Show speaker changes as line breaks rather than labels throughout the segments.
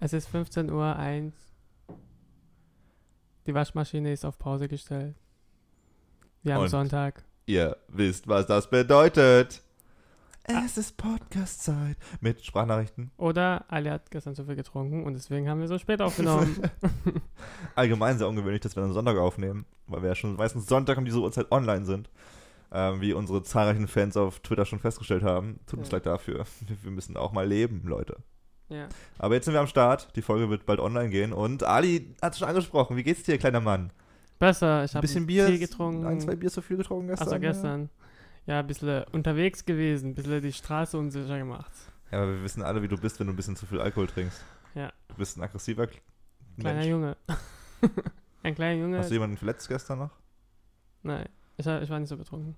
Es ist 15 Uhr 1. Die Waschmaschine ist auf Pause gestellt. Wir haben
Und?
Sonntag.
Ihr wisst, was das bedeutet. Ah. Es ist Podcast-Zeit mit Sprachnachrichten.
Oder Ali hat gestern zu viel getrunken und deswegen haben wir so spät aufgenommen.
Allgemein sehr ungewöhnlich, dass wir am Sonntag aufnehmen, weil wir ja schon meistens Sonntag um diese Uhrzeit online sind. Ähm, wie unsere zahlreichen Fans auf Twitter schon festgestellt haben. Tut uns
Ja.
leid dafür. Wir müssen auch mal leben, Leute.
ja.
Aber jetzt sind wir am Start. Die Folge wird bald online gehen. Und Ali hat es schon angesprochen. Wie geht's dir, kleiner Mann?
Besser, ich
Ein
habe
bisschen Bier.
viel getrunken.
Ein, zwei Bier zu viel getrunken gestern.
also gestern. Ja, ein bisschen unterwegs gewesen, ein bisschen die Straße unsicher gemacht.
Ja, aber wir wissen alle, wie du bist, wenn du ein bisschen zu viel Alkohol trinkst.
Ja.
Du bist ein aggressiver K-
Kleiner
Mensch.
Junge. Ein kleiner Junge.
Hast du jemanden verletzt gestern noch?
Nein, ich, hab, ich war nicht so betrunken.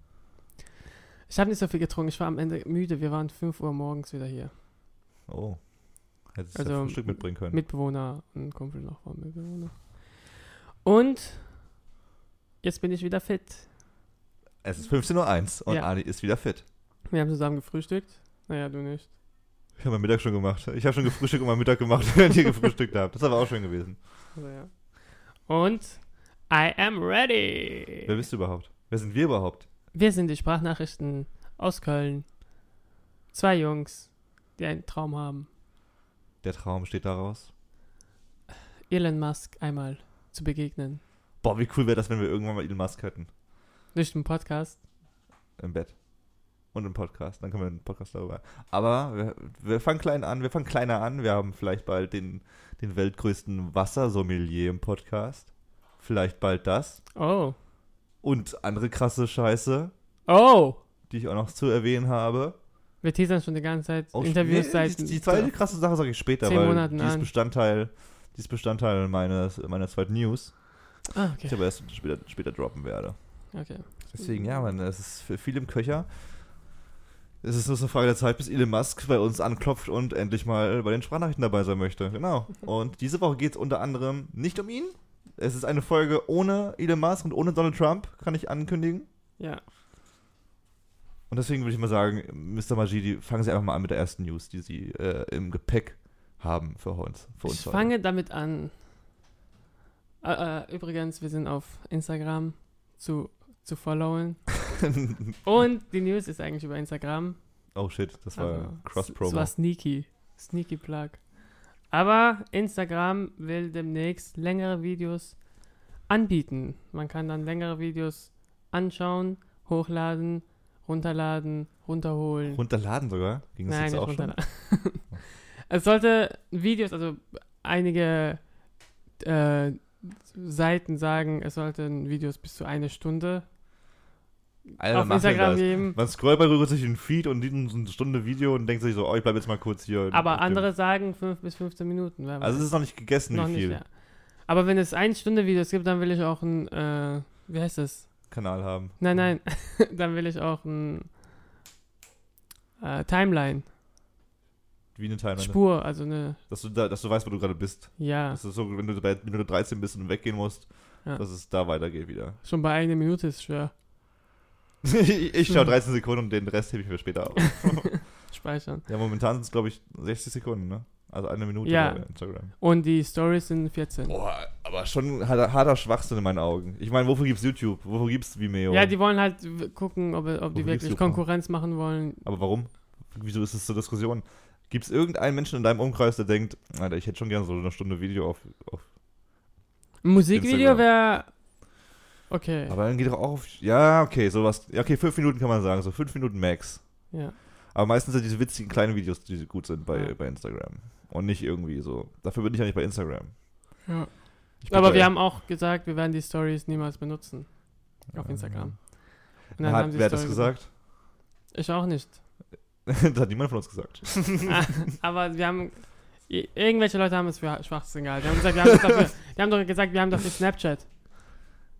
Ich habe nicht so viel getrunken, ich war am Ende müde. Wir waren 5 Uhr morgens wieder hier.
Oh. Hättest du
Also,
ja Frühstück mitbringen können.
Mitbewohner und Kumpel noch von Mitbewohner. Und jetzt bin ich wieder fit.
es ist 15.01 Uhr und
Ja.
Ali ist wieder fit.
Wir haben zusammen gefrühstückt. Naja, du nicht.
Ich habe mein Mittag schon gemacht. Ich habe schon gefrühstückt und mein Mittag gemacht, während ihr gefrühstückt habt. Das ist aber auch schön gewesen.
Also, ja. Und I am ready.
Wer bist du überhaupt? Wer sind wir überhaupt?
Wir sind die Sprachnachrichten aus Köln. Zwei Jungs, die einen Traum haben.
Der Traum steht daraus.
Elon Musk einmal zu begegnen.
Boah, wie cool wäre das, wenn wir irgendwann mal Elon Musk hätten.
Nicht im Podcast.
Im Bett. Und im Podcast. Dann können wir einen Podcast darüber. Aber wir, wir fangen klein an. Wir fangen kleiner an. Wir haben vielleicht bald den, den weltgrößten Wassersommelier im Podcast. Vielleicht bald das.
Oh.
Und andere krasse Scheiße,
Oh.
die ich auch noch zu erwähnen habe.
Wir teasern schon die ganze Zeit
Auch
Interviews
nee,
seit
Oh, Die, die zweite krasse Sache sage ich später,
zehn
weil
Monaten
die ist
an.
Bestandteil, die ist Bestandteil meines, meiner zweiten News,
Ah,
die ich
okay.
aber erst später, später droppen werde.
okay.
Deswegen, ja,
Mhm.
man, es ist für viel im Köcher. Es ist nur so eine Frage der Zeit, bis Elon Musk bei uns anklopft und endlich mal bei den Sprachnachrichten dabei sein möchte. Genau.
Mhm.
Und diese Woche geht es unter anderem nicht um ihn. Es ist eine Folge ohne Elon Musk und ohne Donald Trump, kann ich ankündigen.
Ja.
Und deswegen würde ich mal sagen, Mr. Majidi, fangen Sie einfach mal an mit der ersten News, die Sie äh, im Gepäck haben für uns. Für uns
Ich
heute.
fange damit an. Äh, äh, übrigens, wir sind auf Instagram zu, zu followen. Und die News ist eigentlich über Instagram.
oh shit, das war
Also, Es
Cross-Promo.
war sneaky. Sneaky Plug. Aber Instagram will demnächst längere Videos anbieten. Man kann dann längere Videos anschauen, hochladen, runterladen, runterholen.
Runterladen sogar? Ging das
Nein,
jetzt
nicht
auch schon?
runterladen. es sollte Videos, also einige äh, Seiten sagen, es sollten Videos bis zu eine Stunde
Alter,
auf
machen wir
Instagram
das.
geben.
Man scrollt bei rührt sich in den Feed und sieht so eine Stunde Video und denkt sich so, oh, ich bleibe jetzt mal kurz hier.
Aber
Auf dem-
andere sagen 5 bis 15 Minuten. wer
Also
weiß.
es ist noch nicht gegessen, wie viel
ja. Aber wenn es ein Stunde Videos gibt, dann will ich auch ein, äh, wie heißt das?
Kanal haben.
Nein, nein, dann will ich auch ein äh, Timeline,
Wie eine Timeline.
Spur, also eine,
Dass du, da, dass du weißt, wo du gerade bist.
ja,
Das ist so, wenn du bei Minute 13 bist und weggehen musst,
Ja.
dass es da weitergeht wieder.
schon bei einer Minute ist schwer.
ich ich schaue
Hm.
13 Sekunden und den Rest hebe ich mir später auf.
Speichern.
ja, momentan sind es, glaube ich, 60 Sekunden, ne? Also eine Minute
Ja.
bei Instagram.
Und die Stories sind 14.
Boah, aber schon harter, harter Schwachsinn in meinen Augen. Ich meine, wofür gibt's YouTube? Wofür gibt's Vimeo?
Ja, die wollen halt w- gucken, ob, ob die
Wo
wirklich
liegst du?
Konkurrenz machen wollen.
Aber warum? Wieso ist es zur Diskussion? Gibt es irgendeinen Menschen in deinem Umkreis, der denkt, Alter, ich hätte schon gerne so eine Stunde Video auf. auf.
Ein Musikvideo
Instagram.
wäre. Okay.
Aber dann geht doch auch auf. Ja, okay, sowas. Ja, okay, fünf Minuten kann man sagen, so fünf Minuten max.
ja.
Aber meistens sind diese witzigen kleinen Videos, die gut sind bei,
Ja.
bei Instagram. Und nicht irgendwie so. Dafür bin ich ja nicht bei Instagram.
Ja.
Ich bin
Aber
bei-
wir haben auch gesagt, wir werden die Stories niemals benutzen. Auf Instagram. Und dann
Ah. Hat,
haben sie
wer hat das
Story-
gesagt?
Ich auch nicht.
das hat niemand von uns gesagt.
Ah, Aber wir haben. i- Irgendwelche Leute haben es für Schwachsinn gehalten. Wir haben, gesagt, wir, haben es dafür, wir haben doch gesagt, wir haben doch für Snapchat.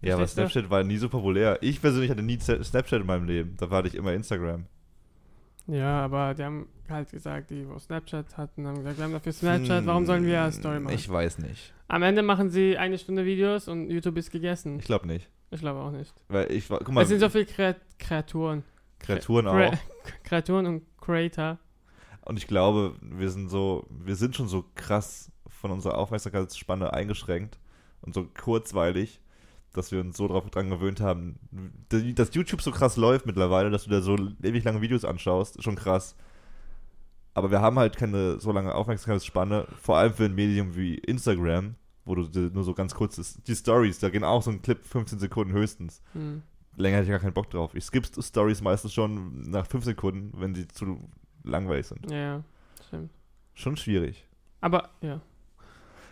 Ja, aber
Verstehst du?
Snapchat war nie so populär. Ich persönlich hatte nie Z- Snapchat in meinem Leben. Da hatte ich immer Instagram.
Ja, aber die haben halt gesagt, die, wo Snapchat hatten, haben gesagt, wir haben dafür Snapchat, warum sollen wir Story machen?
Hm, Ich weiß nicht.
Am Ende machen sie eine Stunde Videos und YouTube ist gegessen.
Ich glaube nicht.
Ich glaube auch nicht.
Weil ich war, guck mal,
es sind so viele Kreat Kreaturen.
Kreaturen
Kre-
auch.
Kreaturen und Creator.
Und ich glaube, wir sind so, wir sind schon so krass von unserer Aufmerksamkeitsspanne eingeschränkt und so kurzweilig, dass wir uns so drauf dran gewöhnt haben. Dass YouTube so krass läuft mittlerweile, dass du da so ewig lange Videos anschaust, ist schon krass. Aber wir haben halt keine so lange Aufmerksamkeitsspanne, vor allem für ein Medium wie Instagram, wo du dir nur so ganz kurz die Stories, da gehen auch so ein Clip 15 Sekunden höchstens.
Hm.
Länger hätte ich gar keinen Bock drauf. Ich skippe Stories meistens schon nach 5 Sekunden, wenn sie zu langweilig sind.
Ja, ja, stimmt.
Schon schwierig.
Aber, ja.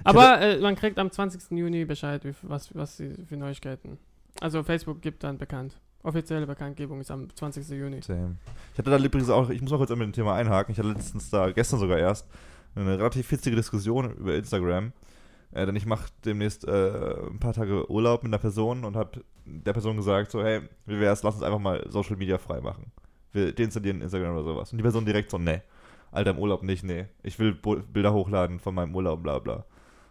Aber äh, man kriegt am 20. Juni Bescheid, wie, was, was sie für Neuigkeiten. Also Facebook gibt dann bekannt. Offizielle Bekanntgebung ist am 20. Juni.
Same. Ich hatte da übrigens auch, ich muss noch kurz mit dem Thema einhaken, ich hatte letztens da, gestern sogar erst, eine relativ hitzige Diskussion über Instagram. Äh, denn ich mache demnächst äh, ein paar Tage Urlaub mit einer Person und habe der Person gesagt, so, hey, wie wär's, lass uns einfach mal Social Media frei machen. Wir deinstallieren Instagram oder sowas. Und die Person direkt so, nee, Alter, im Urlaub nicht, nee. Ich will Bo Bilder hochladen von meinem Urlaub, bla bla.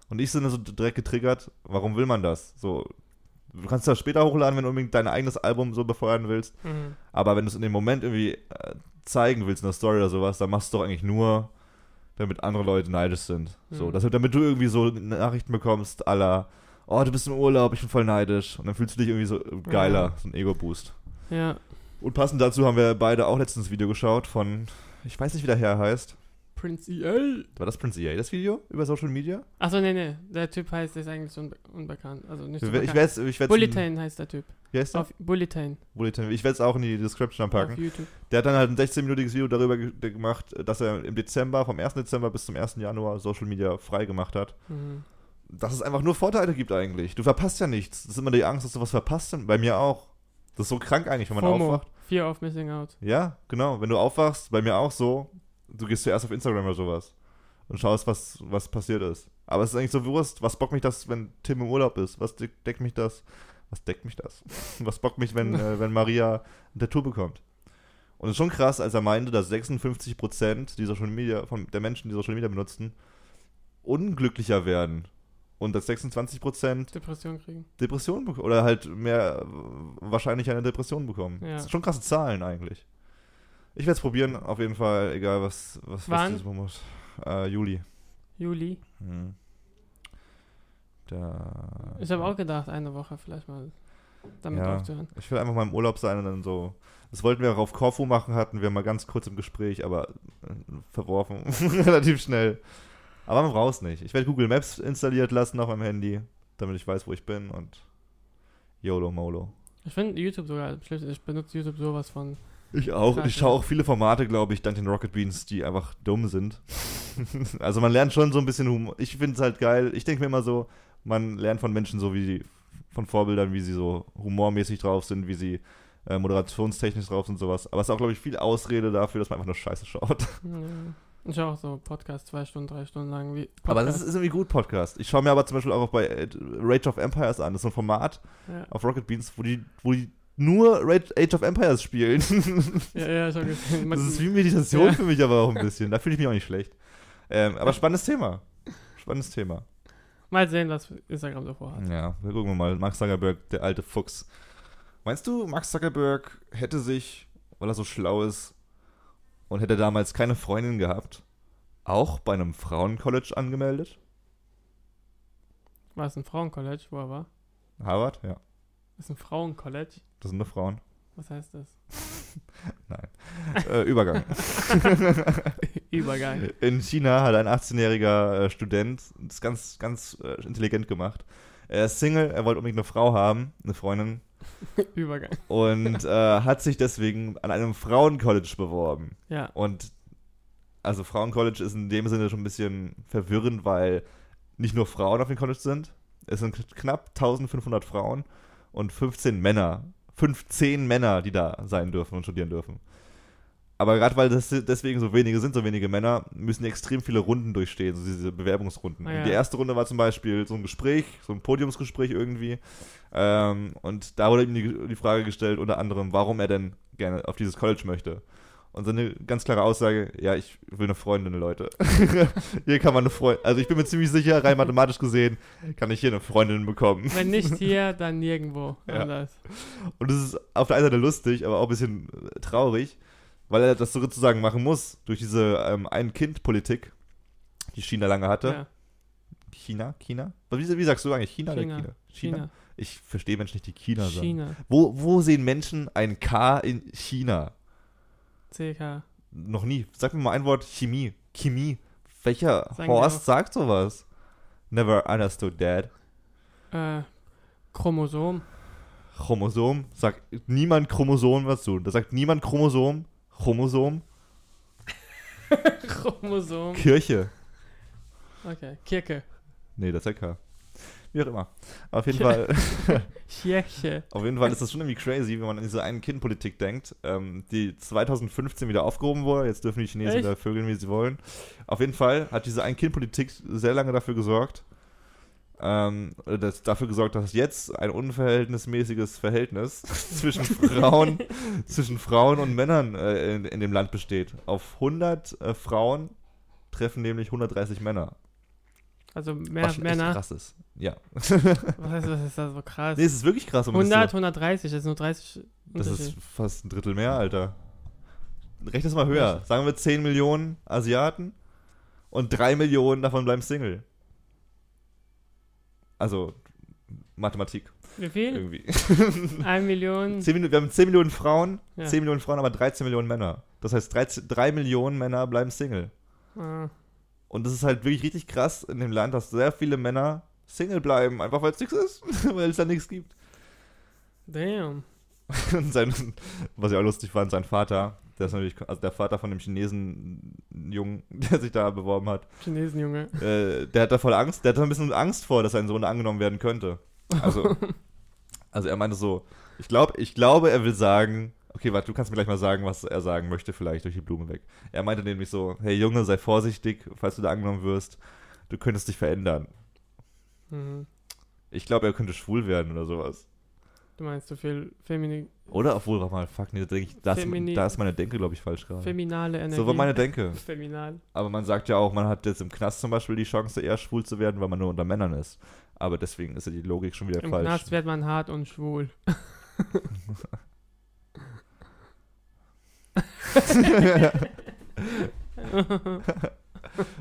Und ich bin so direkt getriggert, warum will man das? So, du kannst das später hochladen, wenn du unbedingt dein eigenes Album so befeuern willst.
Mhm.
Aber wenn du es in dem Moment irgendwie äh, zeigen willst in der Story oder sowas, dann machst du doch eigentlich nur, damit andere Leute neidisch sind. So,
Mhm.
dass, damit du irgendwie so Nachrichten bekommst, aller, oh, du bist im Urlaub, ich bin voll neidisch. Und dann fühlst du dich irgendwie so geiler,
Ja.
so ein Ego-Boost.
Ja,
Und passend dazu haben wir beide auch letztens ein Video geschaut von, ich weiß nicht, wie der Herr heißt.
Prince EA.
War das Prince EA, das Video über Social Media?
Achso, nee, nee. Der Typ heißt, der ist eigentlich unbe unbekannt. Also nicht so
Ich werde
bekannt.
ich werd's- ich werd's-
Bulletin heißt der Typ.
Wie heißt der?
Auf Bulletin.
Bulletin. Ich werde es auch in die Description packen.
Auf YouTube.
Der hat dann halt ein 16-minütiges Video darüber ge de- gemacht, dass er im Dezember, vom 1. Dezember bis zum 1. Januar Social Media frei gemacht hat.
Mhm.
Dass es einfach nur Vorteile gibt eigentlich. Du verpasst ja nichts. Das ist immer die Angst, dass du was verpasst. Und Bei mir auch. Das ist so krank eigentlich, wenn man
FOMO.
aufwacht.
Fear of Missing Out.
Ja, genau. Wenn du aufwachst, bei mir auch so, du gehst zuerst auf Instagram oder sowas und schaust, was, was passiert ist. Aber es ist eigentlich so Wurst, was bockt mich das, wenn Tim im Urlaub ist? Was de- deckt mich das? Was deckt mich das? Was bockt mich, wenn, äh, wenn Maria ein Tattoo bekommt? Und es ist schon krass, als er meinte, dass 56% die Social Media, von der Menschen, die Social Media benutzen, unglücklicher werden. Und dass 26%
Depression kriegen.
Depressionen bekommen. Oder halt mehr äh, wahrscheinlich eine Depression bekommen.
Ja.
Das sind schon krasse Zahlen eigentlich. Ich werde es probieren, auf jeden Fall, egal was, was, was
Wann?
dieses Moment- Äh, Juli.
Juli.
Hm. Da.
Ich habe auch gedacht, eine Woche vielleicht mal damit
Ja.
aufzuhören.
Ich will einfach mal im Urlaub sein und dann so. Das wollten wir auch auf Korfu machen, hatten wir mal ganz kurz im Gespräch, aber äh, verworfen. Relativ schnell. Aber man braucht's nicht. Ich werde Google Maps installiert lassen auf meinem Handy, damit ich weiß, wo ich bin und YOLO Molo.
Ich finde YouTube sogar schlecht. Ich benutze YouTube sowas von.
Ich auch.
Krass,
ich schaue
ja.
auch viele Formate, glaube ich, dank den Rocket Beans, die einfach dumm sind. also man lernt schon so ein bisschen Humor. Ich finde es halt geil. Ich denke mir immer so, man lernt von Menschen so wie die, von Vorbildern, wie sie so humormäßig drauf sind, wie sie äh, moderationstechnisch drauf sind und sowas. Aber es ist auch, glaube ich, viel Ausrede dafür, dass man einfach nur Scheiße schaut.
Ja. hm, Ich schaue auch so Podcast zwei Stunden, drei Stunden lang. Wie Podcast.
Aber das ist irgendwie gut, Podcast. Ich schaue mir aber zum Beispiel auch bei äh, Rage of Empires an. Das ist so ein Format
Ja,
auf Rocket Beans, wo die, wo die nur Rage, Age of Empires spielen.
ja, ja ich habe gesehen.
Das ist wie Meditation
Ja.
für mich aber auch ein bisschen. Da fühle ich mich auch nicht schlecht. Ähm, aber spannendes Thema. Spannendes Thema.
Mal sehen, was Instagram so vorhat.
Ja, wir gucken wir mal. Mark Zuckerberg, der alte Fuchs. Meinst du, Mark Zuckerberg hätte sich, weil er so schlau ist und hätte damals keine Freundin gehabt, auch bei einem Frauencollege angemeldet?
War es ein Frauencollege, wo er war?
Harvard? Ja.
Ist ein Frauencollege?
Das sind nur Frauen.
Was heißt das?
Äh, Übergang.
Übergeil.
In China hat ein 18-jähriger äh, Student das ganz, ganz äh, intelligent gemacht. Er ist Single, er wollte unbedingt eine Frau haben, eine Freundin.
Übergeil.
und äh, hat sich deswegen an einem Frauencollege beworben.
Ja.
Und also Frauencollege ist in dem Sinne schon ein bisschen verwirrend, weil nicht nur Frauen auf dem College sind. Es sind knapp 1500 Frauen und 15 Männer. 15 Männer, die da sein dürfen und studieren dürfen. Aber gerade weil das deswegen so wenige sind, so wenige Männer, müssen die extrem viele Runden durchstehen, so diese Bewerbungsrunden.
Ah, ja.
Und Die erste Runde war zum Beispiel so ein Gespräch, so ein Podiumsgespräch irgendwie. Ähm, und da wurde ihm die, die Frage gestellt, unter anderem, warum er denn gerne auf dieses College möchte. Und seine ganz klare Aussage, ja, ich will eine Freundin, Leute. hier kann man eine Freundin, also ich bin mir ziemlich sicher, rein mathematisch gesehen, kann ich hier eine Freundin bekommen.
Wenn nicht hier, dann nirgendwo
Ja.
anders.
Und das ist auf der einen Seite lustig, aber auch ein bisschen äh, traurig, weil er das sozusagen machen muss durch diese ähm, Ein-Kind-Politik, die China lange hatte.
Ja.
China, China? Aber Wie, wie sagst du eigentlich? China,
China.
oder China? China?
China.
Ich verstehe Menschen nicht, die China, sagen.
China.
Wo, wo sehen Menschen ein K in China?
CK.
Noch nie. Sag mir mal ein Wort Chemie. Chemie. Welcher
Sagen wir auch.
Horst sagt sowas? Never understood that.
Äh, Chromosom.
Chromosom. Sagt niemand Chromosom was zu. Da sagt niemand Chromosom. Chromosom.
Chromosom.
Kirche.
Okay. Kirke.
Nee, das ist ja K. Wie auch immer. Auf jeden,
Tja.
Fall,
Kirche.
auf jeden Fall ist das schon irgendwie crazy, wenn man an diese Ein-Kind-Politik denkt, ähm, die 2015 wieder aufgehoben wurde. Jetzt dürfen die Chinesen
Echt?
wieder vögeln, wie sie wollen. Auf jeden Fall hat diese Ein-Kind-Politik sehr lange dafür gesorgt, ähm, das dafür gesorgt, dass jetzt ein unverhältnismäßiges Verhältnis zwischen Frauen, zwischen Frauen und Männern äh, in, in dem Land besteht. Auf 100 äh, Frauen treffen nämlich 130 Männer.
Also
was
mehr
schon echt
Männer.
krass ist. Ja.
Was, was ist das so krass?
Nee, es ist wirklich krass. wenn man das so-
100, 130, das ist nur 30
Das ist
Unterschied.
fast ein Drittel mehr, Alter. Rechne es mal höher. Sagen wir 10 Millionen Asiaten und 3 Millionen davon bleiben Single. Also Mathematik
Wie viel?
irgendwie.
1 Million.
10, Millionen- wir haben 10 Millionen Frauen,
Hm. Ja.
10 Millionen Frauen, aber 13 Millionen Männer. Das heißt, 13, 3 Millionen Männer bleiben Single.
Ah,
Und das ist halt wirklich richtig krass in dem Land, dass sehr viele Männer Single bleiben, einfach weil es nichts ist, weil es da nichts gibt.
damn.
Und sein, was ich auch lustig fand, sein Vater, der ist natürlich, also der Vater von dem Chinesen-Jungen, der sich da beworben hat,
Chinesenjunge.
äh, der hat da voll Angst, der hat da ein bisschen Angst vor, dass sein Sohn da angenommen werden könnte. Also, also er meinte so, ich glaube, ich glaube, er will sagen, okay, warte, du kannst mir gleich mal sagen, was er sagen möchte, vielleicht durch die Blume weg. Er meinte nämlich so, hey Junge, sei vorsichtig, falls du da angenommen wirst, du könntest dich verändern.
Mhm.
Ich glaube, er könnte schwul werden oder sowas.
Du meinst so viel Femini
Oder, obwohl, warte mal, fuck, nee, da, denk ich, da, ist,
Femini-
da ist meine Denke, glaube ich, falsch gerade.
feminale Energie.
So war meine Denke.
Feminal.
Aber man sagt ja auch, man hat jetzt im Knast zum Beispiel die Chance, eher schwul zu werden, weil man nur unter Männern ist. Aber deswegen ist ja die Logik schon wieder
Im
falsch.
Knast wird man hart und schwul.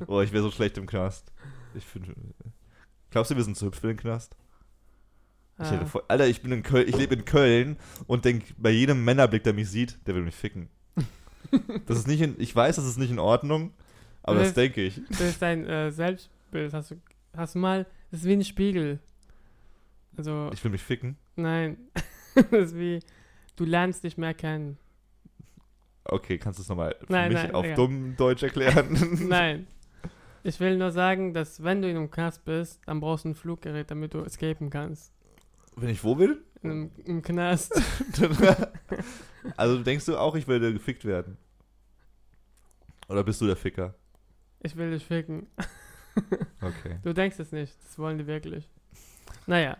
oh, ich wäre so schlecht im Knast. Ich find, glaubst du, wir sind zu hübsch für den Knast? Ich hätte
Ah.
voll, Alter, ich bin in Köln, ich lebe in Köln und denk bei jedem Männerblick, der mich sieht, der will mich ficken. Das ist nicht in, ich weiß, das ist nicht in Ordnung, aber das
Äh,
denke ich.
Das ist dein äh, Selbstbild. Hast du, hast du mal. Das ist wie ein Spiegel. Also,
Ich will mich ficken.
nein. das ist wie. Du lernst dich mehr kennen.
Okay, kannst du es nochmal für
Nein,
mich
nein,
auf
ja.
dumm Deutsch erklären?
Nein. Ich will nur sagen, dass wenn du in einem Knast bist, dann brauchst du ein Fluggerät, damit du escapen kannst.
Wenn ich wo bin?
In einem, Im Knast.
also denkst du auch, ich würde gefickt werden? Oder bist du der Ficker?
Ich will dich ficken.
Okay.
Du denkst es nicht. Das wollen die wirklich. Naja.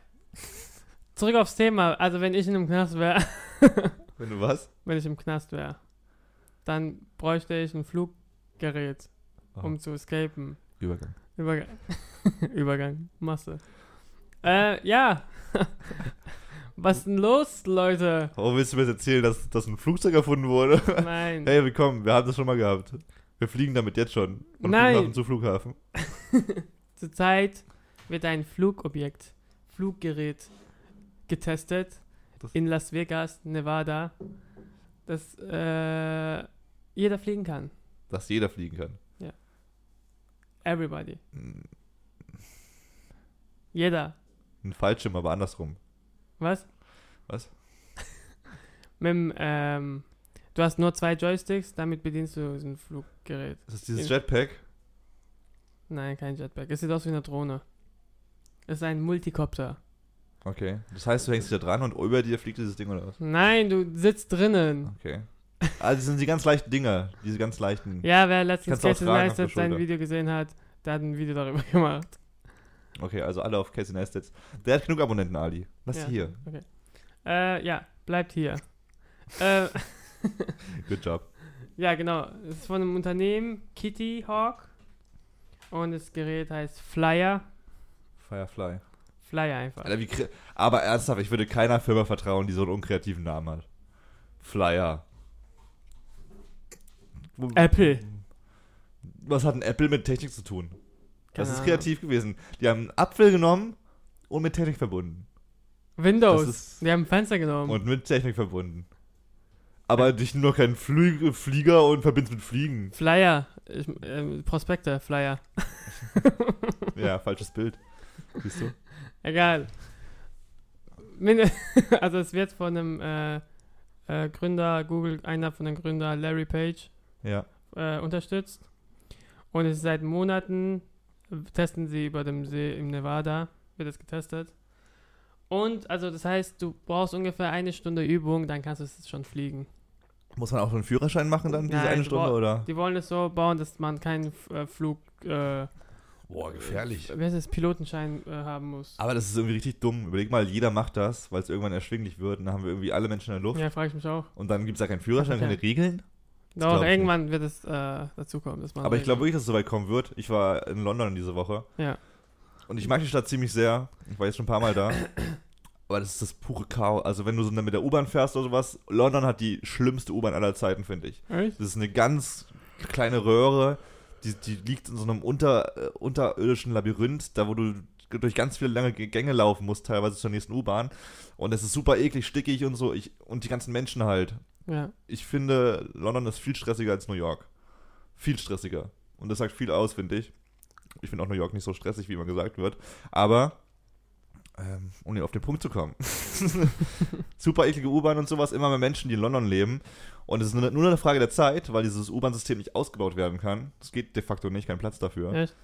Zurück aufs Thema. Also, wenn ich in einem Knast wäre,
Wenn du was?
wenn ich im Knast wäre, dann bräuchte ich ein Fluggerät, um
Oh.
zu escapen.
Übergang.
Übergang. Übergang. Masse. Äh, ja. Was ist denn los, Leute?
Warum willst du mir jetzt erzählen, dass, dass ein Flugzeug erfunden wurde?
Nein.
hey, willkommen, wir haben das schon mal gehabt. Wir fliegen damit jetzt schon. Von
Nein.
Flughafen zu Flughafen.
Zurzeit wird ein Flugobjekt, Fluggerät getestet
Das-
in Las Vegas, Nevada, das äh, jeder fliegen kann.
Dass jeder fliegen kann.
Everybody.
Hm,
Jeder.
Ein Fallschirm, aber andersrum.
Was?
Was?
Mit dem, ähm, du hast nur zwei Joysticks, damit bedienst du diesen Fluggerät.
Das ist dieses
Ja.
Jetpack.
Nein, kein Jetpack. Es sieht aus wie eine Drohne. Es ist ein Multicopter.
Okay. Das heißt, du hängst dich da dran und über dir fliegt dieses Ding oder was?
Nein, du sitzt drinnen.
Okay. Also das sind die ganz leichten Dinger. Diese ganz leichten.
Ja, wer letztens
Kannst du auch
Casey
tragen auf der
Neistat sein
Schulter.
Video gesehen hat, der hat ein Video darüber gemacht.
Okay, also alle auf Casey Neistat. Der hat genug Abonnenten, Ali. Lass
Ja.
sie hier.
Äh, ja, bleibt hier. äh,
Good job.
ja, genau. Es ist von einem Unternehmen, Kitty Hawk. Und das Gerät heißt Flyer.
Firefly.
Flyer einfach.
Alter, wie kre- Aber ernsthaft, ich würde keiner Firma vertrauen, die so einen unkreativen Namen hat. Flyer. Wo-
Apple.
Was hat ein Apple mit Technik zu tun? Das
Keine
ist
Ahnung.
kreativ gewesen. Die haben einen Apfel genommen und mit Technik verbunden.
Windows.
Das ist-
Wir haben ein Fenster genommen.
Und mit Technik verbunden. Aber dich nur keinen Flü Flieger und verbindest mit Fliegen.
Flyer. Ich, ähm, Prospekte, Flyer.
Ja, falsches Bild. Siehst du?
Egal. Min- Also es wird von einem äh, äh, Gründer, Google, einer von den Gründer, Larry Page,
Ja.
äh, unterstützt. Und es ist seit Monaten testen sie über dem See im Nevada, wird es getestet. Und also das heißt, du brauchst ungefähr eine Stunde Übung, dann kannst du es schon fliegen.
Muss man auch einen Führerschein machen dann, diese
Nein,
eine
du
Stunde,
brauch-
oder?
Die wollen es so bauen, dass man keinen äh, Flug, äh,
Boah,
wie heißt es, Pilotenschein äh, haben muss.
Aber das ist irgendwie richtig dumm. Überleg mal, jeder macht das, weil es irgendwann erschwinglich wird. Und dann haben wir irgendwie alle Menschen in der Luft.
Ja, frage ich mich auch.
Und dann gibt es da keinen Führerschein,
Okay.
keine Regeln. glaub ich
Doch,
nicht.
irgendwann wird es äh, dazu kommen, dass man.
Aber ich glaube wirklich, dass es so weit kommen wird. Ich war in London diese Woche.
Ja.
Und ich mag die Stadt ziemlich sehr. Ich war jetzt schon ein paar Mal da. Aber das ist das pure Chaos. Also wenn du so mit der U-Bahn fährst oder sowas, London hat die schlimmste U-Bahn aller Zeiten, finde ich.
Echt?
Das ist eine ganz kleine Röhre, die, die liegt in so einem unter, äh, unterirdischen Labyrinth, da wo du durch ganz viele lange G- Gänge laufen musst, teilweise zur nächsten U-Bahn. Und es ist super eklig, stickig und so. Ich, und die ganzen Menschen halt.
Ja.
Ich finde, London ist viel stressiger als New York. Viel stressiger. Und das sagt viel aus, finde ich. Ich finde auch New York nicht so stressig, wie immer gesagt wird. Aber, ähm, um hier auf den Punkt zu kommen. Super eklige U-Bahn und sowas, immer mehr Menschen, die in London leben. Und es ist nur nur eine Frage der Zeit, weil dieses U-Bahn-System nicht ausgebaut werden kann. Es geht de facto nicht, kein Platz dafür.
Echt?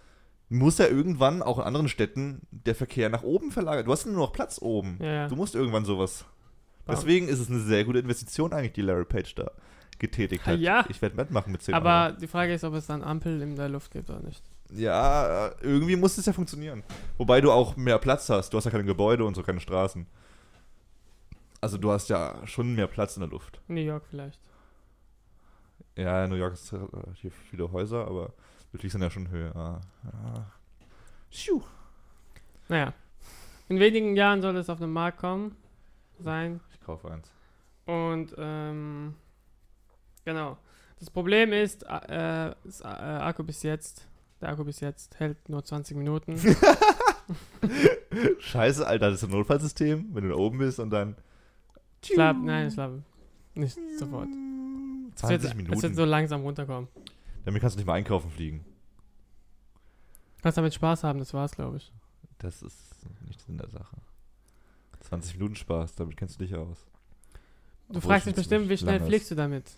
Muss ja irgendwann auch in anderen Städten der Verkehr nach oben verlagert. Du hast nur noch Platz oben.
Ja, ja.
Du musst irgendwann sowas.
Warum?
Deswegen ist es eine sehr gute Investition eigentlich, die Larry Page da getätigt
Ah,
hat.
ja.
Ich werde mitmachen mit 10
Aber die Frage ist, ob es dann Ampel in der Luft gibt oder nicht.
Euro. Ja, irgendwie muss es ja funktionieren. Wobei du auch mehr Platz hast. Du hast ja keine Gebäude und so keine Straßen. Also du hast ja schon mehr Platz in der Luft.
New York vielleicht.
Ja, in New York ist äh, hier viele Häuser, aber wirklich sind ja schon höher. Ah. Schuh.
Naja. In wenigen Jahren soll es auf den Markt kommen. Sein.
Ich kaufe eins.
Und ähm, genau. Das Problem ist, äh, das, äh, Akku bis jetzt, der Akku bis jetzt hält nur 20 Minuten.
Scheiße, Alter, das ist ein Notfallsystem, wenn du da oben bist und dann.
Ich glaub, nein, ich glaube nicht sofort. Es wird-
20 Hm, Minuten.
Es wird so langsam runterkommen.
Damit kannst du nicht mal einkaufen fliegen.
Kannst damit Spaß haben, das war's, glaube ich.
Das ist nicht Sinn der Sache. 20 Minuten Spaß, damit kennst du dich aus.
Du
Obwohl
fragst
schon
dich bestimmt, wie
ziemlich
schnell
lang ist.
fliegst du damit?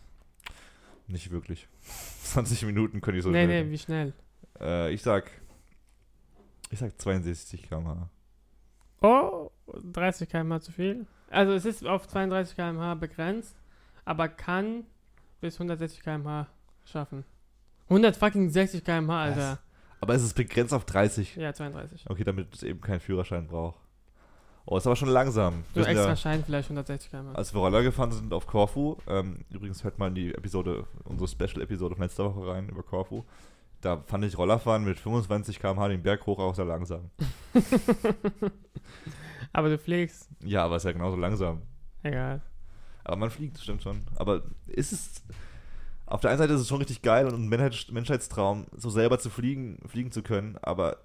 Nicht wirklich. 20 Minuten könnte ich so
nee,
schnell-
nee, wie schnell?
Äh, ich sag. Ich sag 62 km/h.
Oh, 30 km/h zu viel. Also es ist auf 32 km/h begrenzt, aber kann bis 160 km/h schaffen. 100 fucking 60 km/h, Alter.
Aber es ist begrenzt auf 30.
Ja, 32.
Okay, damit es eben keinen Führerschein braucht. Oh, ist aber schon langsam.
Du
Wir sind
extra
ja,
Schein vielleicht 160 km/h.
als wir Roller gefahren sind auf Korfu, ähm, übrigens hört mal in die Episode, unsere Special-Episode von letzter Woche rein über Korfu. Da fand ich Rollerfahren mit 25 km/h den Berg hoch auch sehr langsam.
aber du fliegst.
Ja, aber ist ja genauso langsam.
Egal.
Aber man fliegt, das stimmt schon. Aber ist es. Auf der einen Seite ist es schon richtig geil und ein Mensch- Menschheitstraum, so selber zu fliegen, fliegen zu können, aber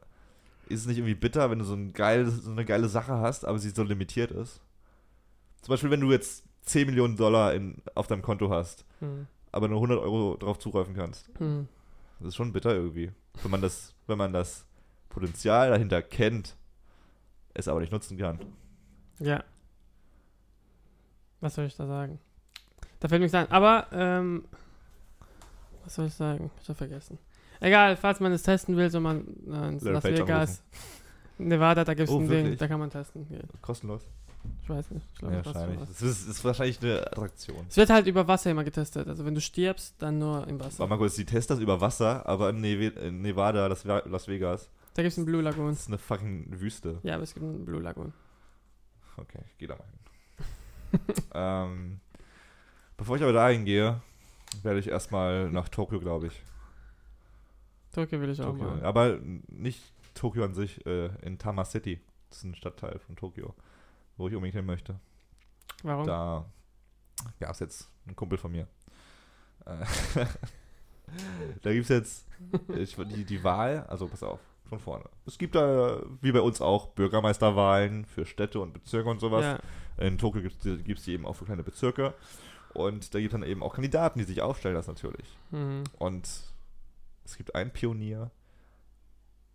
ist es nicht irgendwie bitter, wenn du so, ein geil, so eine geile Sache hast, aber sie so limitiert ist? Zum Beispiel, wenn du jetzt 10 Millionen Dollar in, auf deinem Konto hast,
Hm.
aber nur 100 Euro drauf zugreifen kannst.
Hm.
Das ist schon bitter irgendwie. Wenn man das, wenn man das Potenzial dahinter kennt, es aber nicht nutzen kann.
Ja. Was soll ich da sagen? Da fällt nichts ein. Aber, ähm, was soll ich sagen? Ich hab vergessen. Egal, falls man es testen will, soll man äh, ins
Larry
Las
Page
Vegas, Nevada, da gibt's
Oh,
ein Ding,
wirklich?
da kann man testen. gehen.
Kostenlos?
Ich weiß nicht. Ich glaube,
Ja,
das war's schon
wahrscheinlich.
was.
Das ist, ist wahrscheinlich eine Attraktion.
Es wird halt über Wasser immer getestet. Also wenn du stirbst, dann nur im Wasser.
War mal kurz, die testen das über Wasser, aber in Neve- in Nevada, Las Ve- Las Vegas,
Da gibt's ein Blue Lagoon.
das ist eine fucking Wüste.
Ja, aber es gibt ein Blue Lagoon.
Okay, ich geh da mal hin. ähm, bevor ich aber dahin gehe, werde ich erstmal nach Tokio, glaube ich.
Tokio will ich auch
Tokio.
mal.
Aber nicht Tokio an sich, äh, in Tama City. Das ist ein Stadtteil von Tokio, wo ich unbedingt hin möchte.
Warum?
Da gab es jetzt einen Kumpel von mir. Äh, da gibt es jetzt ich, die, die Wahl, also pass auf, schon von vorne. Es gibt da, wie bei uns auch, Bürgermeisterwahlen für Städte und Bezirke und sowas.
Ja.
In Tokio gibt es die eben auch für kleine Bezirke. Und da gibt es dann eben auch Kandidaten, die sich aufstellen lassen natürlich.
Mhm.
Und es gibt einen Pionier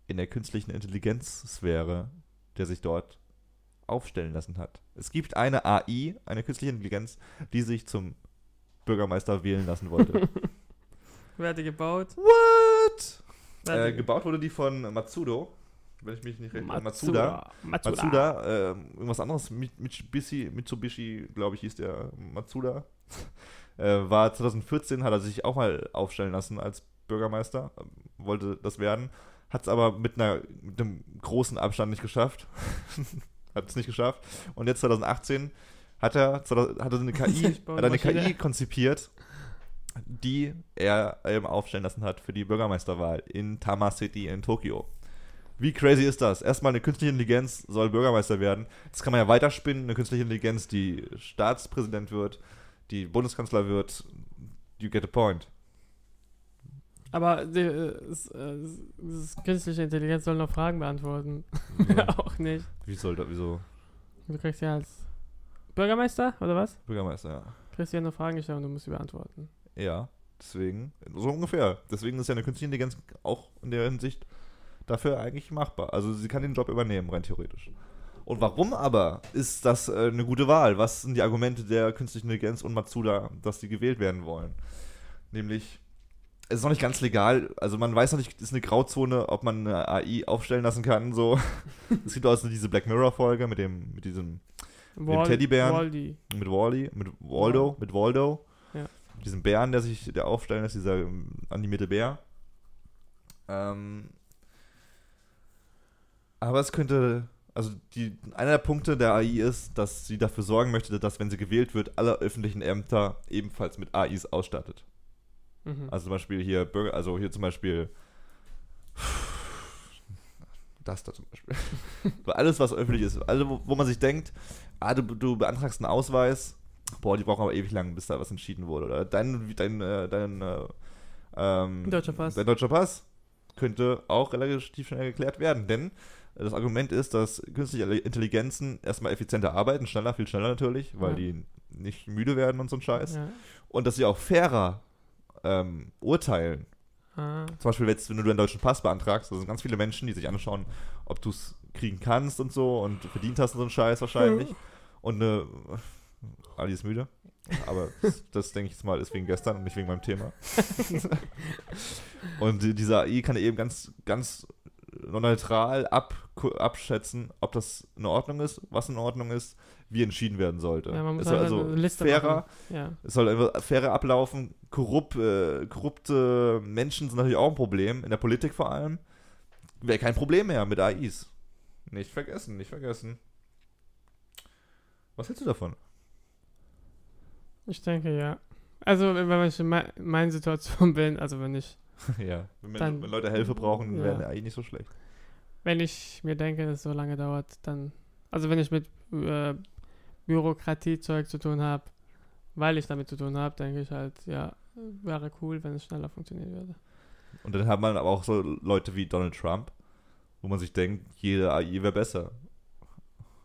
in der künstlichen Intelligenzsphäre, der sich dort aufstellen lassen hat. Es gibt eine AI, eine künstliche Intelligenz, die sich zum Bürgermeister wählen lassen wollte.
Wer hat die gebaut?
What?
Wer hat
Äh,
die-
gebaut wurde die von Matsudo, wenn ich mich nicht recht Matsuda.
Matsuda. Matsuda.
Matsuda, ähm, irgendwas anderes, Mi- Mitsubishi, Mitsubishi glaube ich, hieß der Matsuda. Äh, war 2014, hat er sich auch mal aufstellen lassen als Bürgermeister, ähm, wollte das werden, hat es aber mit, einer, mit einem großen Abstand nicht geschafft. hat es nicht geschafft. Und jetzt 2018 hat er, 2000 hat er eine KI,
Ich baue
hat er eine
Maschine.
KI konzipiert, die er eben aufstellen lassen hat für die Bürgermeisterwahl in Tama City in Tokio. Wie crazy ist das? Erstmal eine künstliche Intelligenz soll Bürgermeister werden. Das kann man ja weiterspinnen. Eine künstliche Intelligenz, die Staatspräsident wird, die Bundeskanzler wird. You get the point.
Aber die, äh, s- äh, s- s- künstliche Intelligenz soll noch Fragen beantworten. Auch nicht.
Wie soll da, wieso?
Du kriegst ja als Bürgermeister oder was?
Bürgermeister, ja.
Kriegst ja nur Fragen gestellt und du musst sie beantworten.
Ja, deswegen, so ungefähr. Deswegen ist ja eine künstliche Intelligenz auch in der Hinsicht dafür eigentlich machbar. Also sie kann den Job übernehmen, rein theoretisch. Und warum aber ist das äh, eine gute Wahl? Was sind die Argumente der künstlichen Intelligenz und Matsuda, dass die gewählt werden wollen? Nämlich, es ist noch nicht ganz legal, also man weiß noch nicht, es ist eine Grauzone, ob man eine AI aufstellen lassen kann, so. es gibt auch so diese Black Mirror-Folge mit dem, mit diesem
Wall,
Teddybären.
Waldi.
mit Wally, mit Waldo, mit Waldo.
Ja.
Mit diesem Bären, der sich der aufstellen lässt, dieser ähm, animierte Bär. Ähm, aber es könnte, also die, einer der Punkte der AI ist, dass sie dafür sorgen möchte, dass, wenn sie gewählt wird, alle öffentlichen Ämter ebenfalls mit AIs ausstattet.
Mhm.
Also zum Beispiel hier Bürger, also hier zum Beispiel das da zum Beispiel. Weil alles, was öffentlich ist, also wo, wo man sich denkt, ah, du, du beantragst einen Ausweis, boah, die brauchen aber ewig lang, bis da was entschieden wurde. Oder dein, dein, äh, dein, äh, ähm,
Deutscher Pass.
dein deutscher Pass könnte auch relativ schnell geklärt werden, denn das Argument ist, dass künstliche Intelligenzen erstmal effizienter arbeiten, schneller, viel schneller natürlich, weil
Ja.
die nicht müde werden und so ein Scheiß
ja.
und dass sie auch fairer ähm, urteilen.
ah.
Zum Beispiel, jetzt, wenn du einen deutschen Pass beantragst, da sind ganz viele Menschen, die sich anschauen, ob du es kriegen kannst und so und verdient hast und so einen Scheiß wahrscheinlich. Und eine. Ali ist müde. Aber das, das denke ich jetzt mal, ist wegen gestern und nicht wegen meinem Thema. und die- diese AI kann eben ganz, ganz neutral ab, abschätzen, ob das in Ordnung ist, was in Ordnung ist, wie entschieden werden sollte.
Ja, man muss
es soll
halt
also
eine Liste
fairer,
machen. Ja.
es soll einfach fairer ablaufen. Korrupt, äh, korrupte Menschen sind natürlich auch ein Problem, in der Politik vor allem. Wäre kein Problem mehr mit AIs. Nicht vergessen, nicht vergessen. Was hältst du davon?
Ich denke, ja. Also, wenn man in mein- meiner Situation bin, also wenn ich,
ja, wenn, men-
Dann-
wenn Leute Hilfe brauchen,
ja.
wäre eine AI nicht so schlecht.
wenn ich mir denke, dass es so lange dauert, dann, also wenn ich mit äh, Bürokratiezeug zu tun habe, weil ich damit zu tun habe, denke ich halt, ja, wäre cool, wenn es schneller funktionieren würde.
Und dann hat man aber auch so Leute wie Donald Trump, wo man sich denkt, jede AI wäre besser.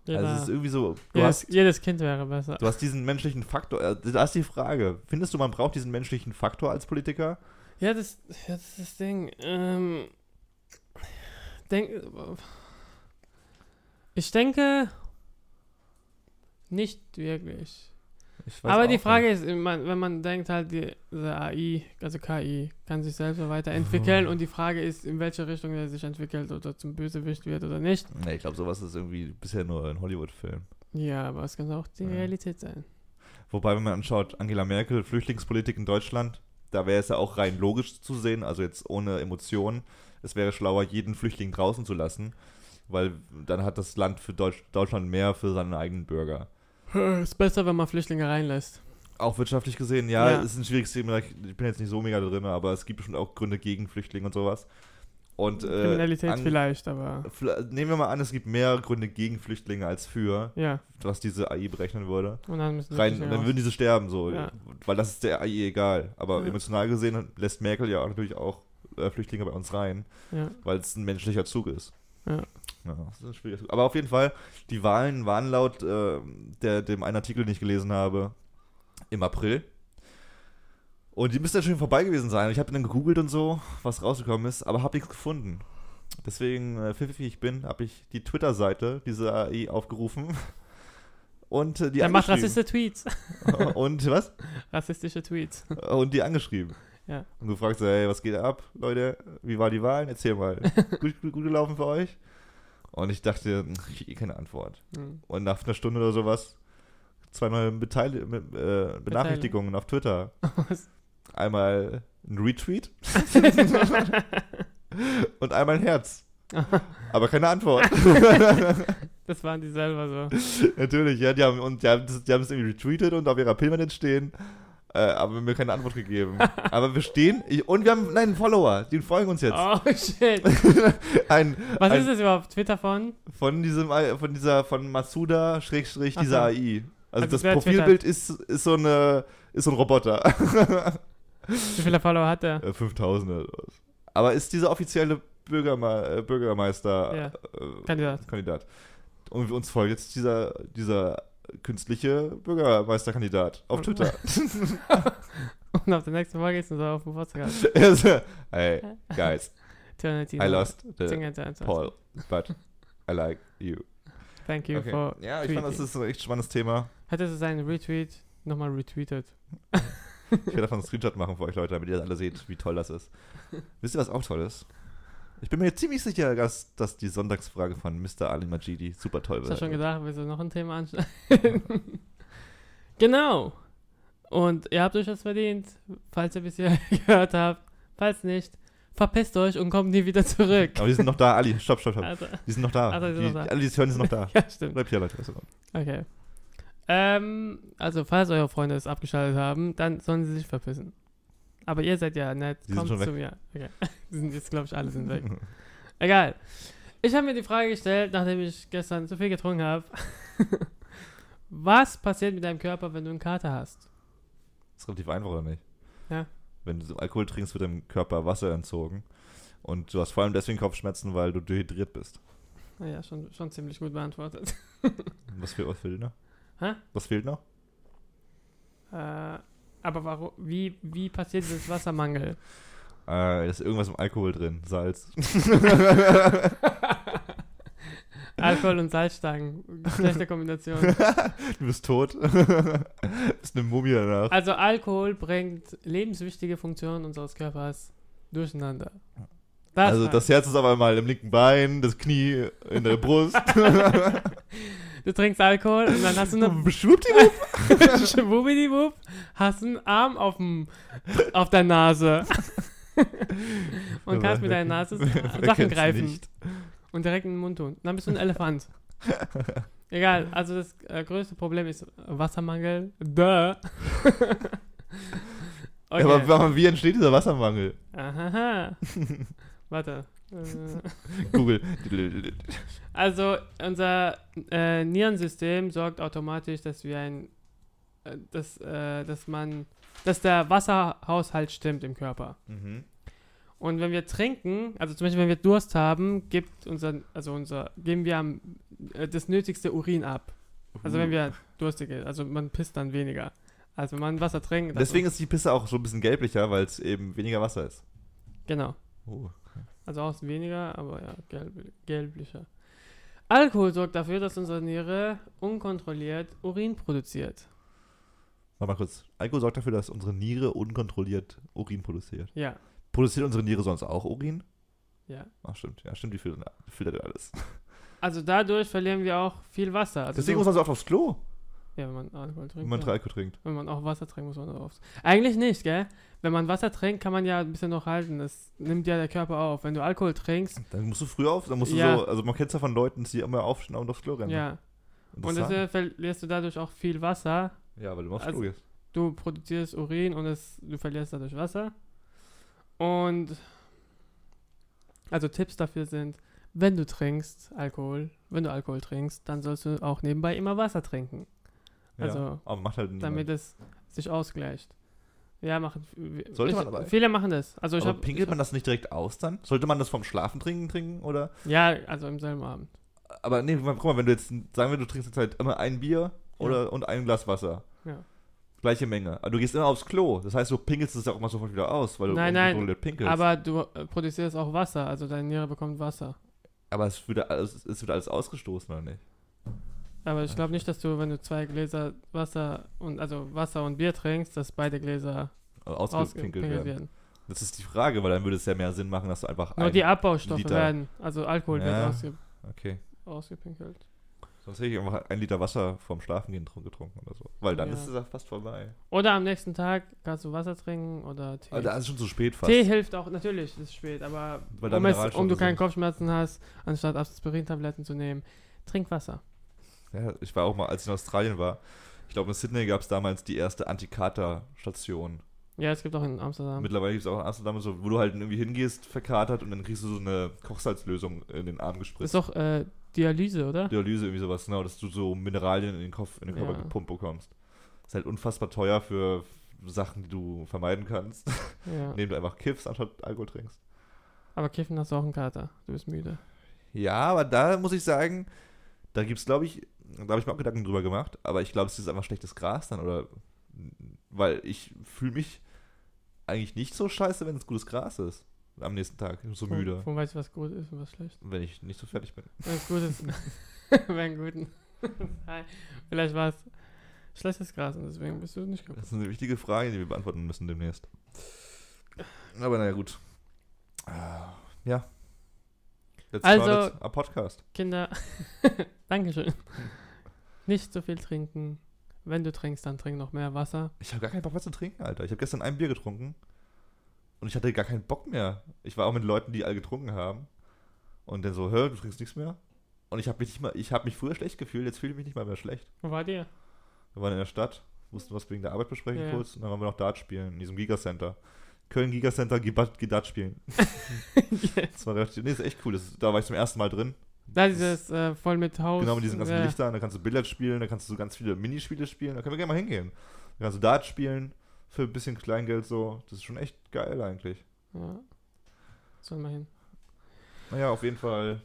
Jeder,
Also es ist irgendwie so, du
jedes,
hast
jedes Kind wäre besser.
Du hast diesen menschlichen Faktor, äh, da ist die Frage, findest du, man braucht diesen menschlichen Faktor als Politiker?
Ja, das, ja, das ist das Ding. Ähm, denk, ich denke nicht wirklich.
Ich weiß
Aber
auch
die
nicht.
Frage ist, wenn man- wenn man denkt halt, die, diese AI, also KI, kann sich selbst so weiterentwickeln
Mhm.
und die Frage ist, in welche Richtung er sich entwickelt oder zum Bösewicht wird oder nicht.
Nee, ich glaube, sowas ist irgendwie bisher nur ein Hollywood-Film.
Ja, aber es kann auch die
Ja.
Realität sein.
Wobei, wenn man anschaut, Angela Merkel, Flüchtlingspolitik in Deutschland, da wäre es ja auch rein logisch zu sehen, also jetzt ohne Emotionen. Es wäre schlauer, jeden Flüchtling draußen zu lassen, weil dann hat das Land für Deutsch, Deutschland mehr für seine eigenen Bürger.
Ist besser, wenn man Flüchtlinge reinlässt.
Auch wirtschaftlich gesehen, ja,
Ja.
ist ein schwieriges Thema. Ich ich bin jetzt nicht so mega drin, aber es gibt bestimmt auch Gründe gegen Flüchtlinge und sowas. Und, äh,
Kriminalität
Ang-
vielleicht, aber
Fl- Nehmen wir mal an, es gibt mehr Gründe gegen Flüchtlinge als für,
ja.
was diese AI berechnen würde.
Und dann müssen die
rein,
Flüchtlinge
dann
raus.
würden diese sterben, so.
Ja.
Weil das ist der AI egal. Aber
Ja.
emotional gesehen lässt Merkel ja auch natürlich auch äh, Flüchtlinge bei uns rein,
Ja.
weil es ein menschlicher Zug ist.
Ja.
Ja, das ist ein schwieriger Zug. Aber auf jeden Fall, die Wahlen waren laut äh, der, dem einen Artikel, den ich gelesen habe, im April. Und die müssen ja schon vorbei gewesen sein. Ich habe dann gegoogelt und so, was rausgekommen ist, aber habe nichts gefunden. Deswegen, äh, pfiffig wie ich bin, habe ich die Twitter-Seite dieser AI aufgerufen. Und äh, die
Der macht
angeschrieben.
rassistische Tweets.
Und was?
Rassistische Tweets.
Und die angeschrieben.
Ja.
Und gefragt so, hey, was geht ab, Leute? Wie war die Wahl? Erzähl mal. gut, gut, gut gelaufen für euch? Und ich dachte, ich krieg eh keine Antwort.
Hm.
Und nach einer Stunde oder sowas, zweimal Beteil mit, äh, Benachrichtigungen auf Twitter.
Was?
Einmal ein Retweet und einmal ein Herz. Aber keine Antwort.
das waren die selber so.
Natürlich, ja, die haben, und die haben, das- die haben es irgendwie retweetet und auf ihrer Pillmanage stehen, äh, aber mir keine Antwort gegeben. aber wir stehen, ich, und wir haben, nein, einen Follower, den folgen uns jetzt.
Oh shit.
Ein,
Was
ein,
ist das überhaupt? Twitter von?
Von diesem, Ei- von dieser, von Masuda, Schrägstrich,
Ach
dieser
so.
AI. Also
Also
das
wer
Profilbild ist, ist so eine, ist so ein Roboter.
Wie viele Follower hat er?
Äh, 5000 oder was. Aber ist dieser offizielle Bürgerme äh, Bürgermeister
Ja.
äh,
Kandidat.
Kandidat. Und uns folgt jetzt dieser, dieser künstliche Bürgermeisterkandidat auf Twitter.
Und auf der nächsten Folge ist unser auf dem Podcast.
Er so, Also, hey, guys, I lost the
Paul.
poll, but I like you.
Thank you for
Ja, ich fand, das
tweeting.
ist ein echt spannendes Thema.
Hättest du seinen Retweet nochmal retweetet?
Ich werde davon einen Screenshot machen für euch, Leute, damit ihr alle seht, wie toll das ist. Wisst ihr, was auch toll ist? Ich bin mir ziemlich sicher, dass, dass die Sonntagsfrage von Mr. Ali Majidi super toll
Ich
wird.
habe schon gedacht, wir sollen noch ein Thema anschneiden. genau. Und ihr habt euch das verdient, falls ihr bisher gehört habt. Falls nicht, verpisst euch und kommt nie wieder zurück.
Aber die sind noch da, Ali. Stopp, stopp, stopp.
Also,
Die sind noch da.
Also, die
die
sind noch da.
Alle, die es hören, sind noch da.
ja, stimmt.
Bleibt hier, Leute. Also,
Okay. Ähm, also, falls eure Freunde es abgeschaltet haben, dann sollen sie sich verpissen. Aber ihr seid ja nett.
Die sind
Kommt
schon
zu
weg.
mir. Okay. Die sind jetzt, glaube ich, alle sind weg. Egal. Ich habe mir die Frage gestellt, nachdem ich gestern zu viel getrunken habe. Was passiert mit deinem Körper, wenn du einen Kater hast?
ist relativ einfach, oder nicht?
Ja.
Wenn du so Alkohol trinkst, wird deinem Körper Wasser entzogen. Und du hast vor allem deswegen Kopfschmerzen, weil du dehydriert bist.
Naja, Ah schon, schon ziemlich gut beantwortet.
Was, fehl, was fehlt noch?
Hä?
Was fehlt noch?
Äh, aber warum, wie, wie passiert das Wassermangel?
Äh, da ist irgendwas im Alkohol drin. Salz.
Alkohol und Salzstangen. Schlechte Kombination.
Du bist tot. bist eine Mumie danach.
Also Alkohol bringt lebenswichtige Funktionen unseres Körpers durcheinander. Das
also
war-
das Herz ist auf einmal im linken Bein, das Knie in der Brust.
du trinkst Alkohol und dann hast du eine
Schwuppdiwupp.
Schwubidiwub, hast einen Arm auf, dem, auf der Nase. und kannst mit deiner Nase Sachen
kennt's
greifen
nicht?
und direkt in den Mund tun. Dann bist du ein Elefant. Egal, also das äh, größte Problem ist Wassermangel. Duh. okay.
Ja, aber, aber wie entsteht dieser Wassermangel?
Aha. Warte. Äh.
Google.
Also unser äh, Nierensystem sorgt automatisch, dass wir ein, äh, dass, äh, dass man, dass der Wasserhaushalt stimmt im Körper.
mhm.
Und wenn wir trinken, also zum Beispiel wenn wir Durst haben, gibt unser, also unser, geben wir am, äh, das nötigste Urin ab. Also wenn wir durstig sind, also man pisst dann weniger. Also wenn man Wasser trinkt. das-
Deswegen ist die Pisse auch so ein bisschen gelblicher, weil es eben weniger Wasser ist.
Genau.
Oh.
Also außen weniger, aber ja, gelb, gelblicher. Alkohol sorgt dafür, dass unsere Niere unkontrolliert Urin produziert.
Warte mal kurz. Alkohol sorgt dafür, dass unsere Niere unkontrolliert Urin produziert.
Ja,
Produziert unsere Niere sonst auch Urin?
ja.
Ach stimmt, ja stimmt, die filtern, filtert alles.
Also dadurch verlieren wir auch viel Wasser. Also
Deswegen
so,
muss man so oft aufs Klo,
ja, wenn man Alkohol trinkt.
wenn man
ja.
Alkohol trinkt.
wenn man auch Wasser trinkt, muss man auch aufs. Eigentlich nicht, gell? Wenn man Wasser trinkt, kann man ja ein bisschen noch halten. Das nimmt ja der Körper auf. Wenn du Alkohol trinkst,
Dann musst du früh auf, dann musst du
Ja.
so, also man kennt es ja von Leuten, die immer aufstehen und aufs Klo rennen.
ja. Und
das
deswegen verlierst du dadurch auch viel Wasser.
ja, weil du aufs
also-
Klo gehst.
du produzierst Urin und es, du verlierst dadurch Wasser. Und also Tipps dafür sind, wenn du trinkst Alkohol, wenn du Alkohol trinkst, dann sollst du auch nebenbei immer Wasser trinken,
Ja.
also,
aber macht halt niemand.
damit es sich ausgleicht. Ja, machen.
Sollte
ich,
man aber-
Viele machen das. Also ich
Aber
habe.
pinkelt man das nicht direkt aus dann? Sollte man das vom Schlafen trinken trinken oder?
Ja, also im selben Abend.
Aber nee, guck mal, wenn du jetzt, sagen wir, du trinkst jetzt halt immer ein Bier oder, und ein Glas Wasser.
Ja.
Gleiche Menge. Aber du gehst immer aufs Klo. Das heißt, du pinkelst es ja auch mal sofort wieder aus, weil du
Nein, nein,
unkontrolliert pinkelst.
Aber du äh, produzierst auch Wasser, also deine Niere bekommt Wasser.
Aber es wird alles, es wird alles ausgestoßen, oder nicht?
Aber ich glaube nicht, dass du, wenn du zwei Gläser Wasser und also Wasser und Bier trinkst, dass beide Gläser
Also Ausgepinkelt
ausgepinkelt
werden.
werden.
Das ist die Frage, weil dann würde es ja mehr Sinn machen, dass du einfach
Nur
ein-
die Abbaustoffe
Liter.
werden. Also Alkohol
Ja.
wird ausge
Okay.
ausgepinkelt.
Sonst hätte ich einfach ein Liter Wasser vorm Schlafengehen getrun- getrunken oder so. Weil dann
Ja.
ist es ja fast vorbei.
Oder am nächsten Tag kannst du Wasser trinken oder Tee.
Aber da ist es schon zu spät also fast.
Tee hilft auch, natürlich, es ist spät, aber
Weil da
um, es,
Mineralstoffe
um du keine
sind.
Kopfschmerzen hast, anstatt Aspirintabletten zu nehmen, trink Wasser.
Ja, ich war auch mal, als ich in Australien war, ich glaube in Sydney gab es damals die erste Antikater-Station.
Ja, es gibt auch in Amsterdam.
Mittlerweile gibt es auch in Amsterdam, und so, wo du halt irgendwie hingehst, verkatert und dann kriegst du so eine Kochsalzlösung in den Arm
ist
gespritzt.
doch äh, Dialyse, oder?
Dialyse, irgendwie sowas, genau, dass du so Mineralien in den Kopf, in den Körper
Ja.
gepumpt bekommst. Ist halt unfassbar teuer für Sachen, die du vermeiden kannst,
Ja.
indem du einfach kiffst, anstatt Alkohol trinkst.
Aber kiffen hast du auch einen Kater. Du bist müde.
Ja, aber da muss ich sagen, da gibt es, glaube ich, da habe ich mir auch Gedanken drüber gemacht, aber ich glaube, es ist einfach schlechtes Gras dann, oder? Weil ich fühle mich eigentlich nicht so scheiße, wenn es gutes Gras ist. Am nächsten Tag, so
Von-
müde,
Von weißt du, was gut ist und was schlecht.
wenn ich nicht so fertig bin.
Wenn es gut ist, wenn guten. Hi. Vielleicht war es schlechtes Gras und deswegen bist du nicht kaputt.
Das ist eine wichtige Frage, die wir beantworten müssen demnächst. Aber naja, gut. Ah, Ja. Let's
Also-
Charlotte, a Podcast.
Kinder, Dankeschön. Nicht so viel trinken. Wenn du trinkst, dann trink noch mehr Wasser.
Ich habe gar keinen Bock mehr zu trinken, Alter. Ich habe gestern ein Bier getrunken und ich hatte gar keinen Bock mehr. Ich war auch mit Leuten, die alle getrunken haben und dann so, hör, du trinkst nichts mehr. Und ich habe mich nicht mal, ich habe mich früher schlecht gefühlt, jetzt fühle ich mich nicht mal mehr schlecht.
Wo war dir?
Wir waren in der Stadt, mussten was wegen der Arbeit besprechen
Ja, ja.
kurz und dann waren wir noch Dart spielen in diesem Gigacenter. Köln Gigacenter, geh Bat- geh Dart spielen. Das war richtig, nee, ist echt cool. Das, ist- da war ich zum ersten Mal drin.
Da ist es äh, voll mit Haus.
Genau, mit diesen ganzen
ja.
Lichtern, da kannst du Billard spielen, da kannst du so ganz viele Minispiele spielen, da können wir gerne mal hingehen. Da kannst du Dart spielen, für ein bisschen Kleingeld so. Das ist schon echt geil eigentlich.
Ja. Sollen wir hin.
Naja, auf jeden Fall.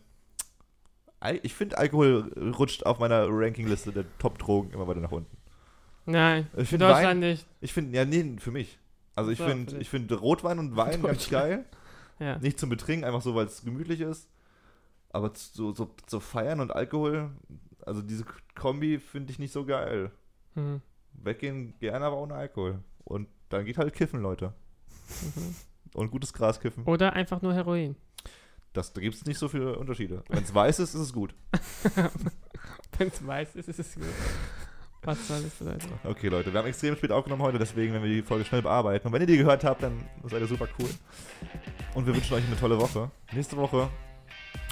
Al- Ich finde, Alkohol rutscht auf meiner Rankingliste der Top-Drogen immer weiter nach unten.
Nein.
Ich
In
finde
Deutschland
Wein,
nicht.
ich finde, ja, nee, für mich. Also ich
So,
finde
für dich.
ich find Rotwein und Wein ganz geil.
Ja.
Nicht zum Betrinken, einfach so, weil es gemütlich ist. Aber zu- so, so, so Feiern und Alkohol, also diese K- Kombi finde ich nicht so geil.
Mhm.
Weggehen gerne, aber ohne Alkohol. Und dann geht halt kiffen, Leute.
Mhm.
Und gutes Gras kiffen.
Oder einfach nur Heroin.
Das, da gibt es nicht so viele Unterschiede. Wenn es weiß ist, ist es gut.
Wenn es weiß ist, ist es gut. Was soll das bedeuten?
Okay, Leute, wir haben extrem spät aufgenommen heute, deswegen, wenn wir die Folge schnell bearbeiten. Und wenn ihr die gehört habt, dann seid ihr super cool. Und wir wünschen euch eine tolle Woche. Nächste Woche.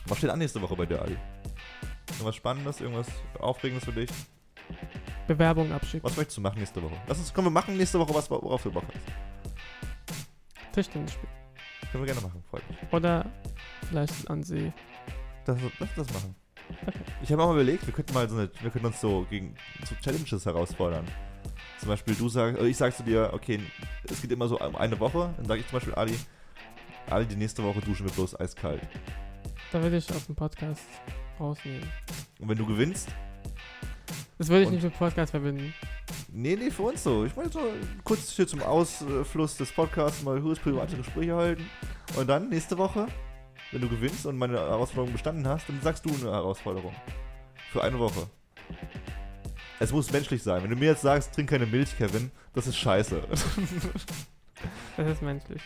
Was steht an nächste Woche bei dir, Ali? Irgendwas Spannendes, irgendwas Aufregendes für dich?
Bewerbung abschicken.
Was möchtest du machen nächste Woche? Lass uns, komm, wir machen nächste Woche was, worauf du Bock hast.
Tischtennis spielen.
Können wir gerne machen, freut mich.
Oder vielleicht an See.
Das, lass das machen. Ich habe auch mal überlegt, wir könnten mal so eine, wir könnten uns so gegen so Challenges herausfordern. Zum Beispiel du sagst, oder ich sagst zu dir, okay, es geht immer so um eine Woche, dann sage ich zum Beispiel Ali, Ali, die nächste Woche duschen wir bloß eiskalt.
Da würde ich aus dem Podcast rausnehmen.
Und wenn du gewinnst,
Das würde ich
Und-
nicht mit Podcast verbinden.
nee, nee, für uns so. Ich meine so kurz hier zum Ausfluss des Podcasts mal höchst private Gespräche halten. Und dann nächste Woche, wenn du gewinnst und meine Herausforderung bestanden hast, dann sagst du eine Herausforderung. Für eine Woche. Es muss menschlich sein. Wenn du mir jetzt sagst, trink keine Milch, Kevin, das ist scheiße.
Das ist menschlich.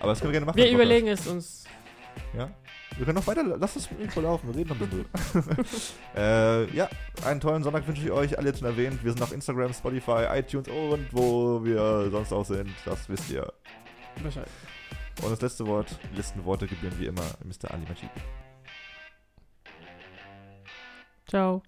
Aber das können wir gerne machen.
Wir
im
überlegen es uns.
Podcast. Ja? Wir können noch weiter. Lass das mit laufen. Wir reden noch ein bisschen. äh, ja, einen tollen Sonntag wünsche ich euch. Alle jetzt schon erwähnt. Wir sind auf Instagram, Spotify, iTunes und wo wir sonst auch sind. Das wisst ihr.
Bescheid.
Und das letzte Wort, die letzten Worte gebühren wie immer Mr. Ali Majid.
Ciao.